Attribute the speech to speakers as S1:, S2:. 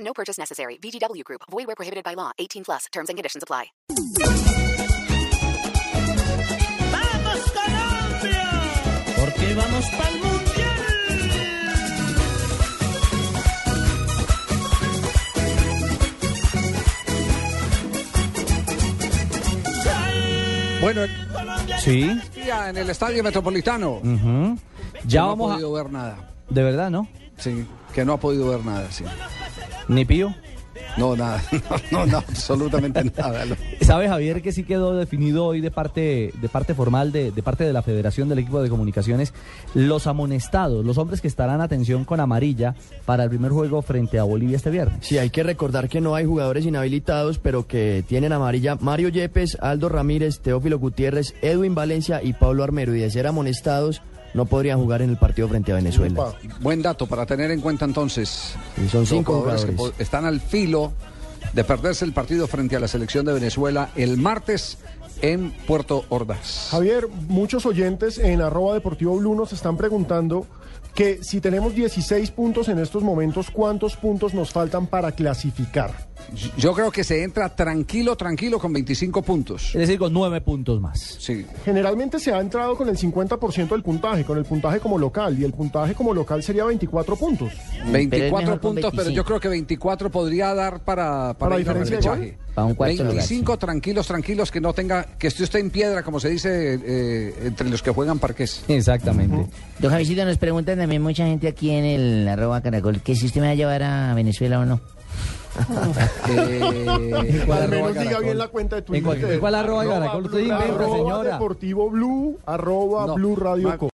S1: No purchase necessary. VGW Group. Void where prohibited by law. 18 plus. Terms and conditions apply.
S2: ¡Vamos Colombia! Porque vamos pa'l mundial.
S3: Bueno,
S4: Sí,
S3: ya en el estadio metropolitano.
S4: Mm. ya
S3: no ha
S4: vamos a...
S3: podido ver nada.
S4: De verdad, ¿no?
S3: Sí, que no ha podido ver nada, sí.
S4: Ni pío.
S3: No, nada. No, no, no, absolutamente nada. Lo-
S4: ¿Sabe, Javier, que sí quedó definido hoy de parte, de parte formal, de, de parte de la Federación del Equipo de Comunicaciones, los amonestados, los hombres que estarán atención con amarilla para el primer juego frente a Bolivia este viernes?
S5: Sí, hay que recordar que no hay jugadores inhabilitados, pero que tienen amarilla Mario Yepes, Aldo Ramírez, Teófilo Gutiérrez, Edwin Valencia y Pablo Armero. Y de ser amonestados, no podrían jugar en el partido frente a Venezuela.
S3: Buen dato para tener en cuenta entonces.
S5: Y son
S3: Los
S5: cinco
S3: que
S5: jugadores.
S3: po- están al filo de perderse el partido frente a la selección de Venezuela el martes en Puerto Ordaz.
S6: Javier, muchos oyentes en arroba deportivo blue nos están preguntando que si tenemos 16 puntos en estos momentos, ¿cuántos puntos nos faltan para clasificar?
S3: Yo creo que se entra tranquilo, tranquilo con 25 puntos.
S4: Es decir, con nueve puntos más.
S3: Sí.
S6: Generalmente se ha entrado con el 50% del puntaje, con el puntaje como local, y el puntaje como local sería 24 puntos.
S3: 24
S5: mejor con
S3: puntos, pero
S5: 25.
S3: yo creo que 24 podría dar para, para,
S6: ¿Para
S3: ir al
S6: diferencia de
S3: repechaje.
S6: gol?
S5: Para un cuarto lugar,
S3: 25 tranquilos, tranquilos, que no tenga, que esté usted en piedra, como se dice eh, entre los que juegan parques.
S4: Exactamente.
S7: Don Javisito, nos preguntan también mucha gente aquí en el arroba caracol que si usted me va a llevar a Venezuela o no.
S3: Eh,
S6: Al menos diga bien la cuenta de
S4: ¿En
S6: Twitter.
S4: cuál- en cuál arroba, Caracol? Usted inventa,
S6: arroba
S4: señora.
S6: Deportivo Blue, arroba
S3: No.
S6: Blue Radio
S3: Ma-
S6: Co.